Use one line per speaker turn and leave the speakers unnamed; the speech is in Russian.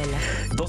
До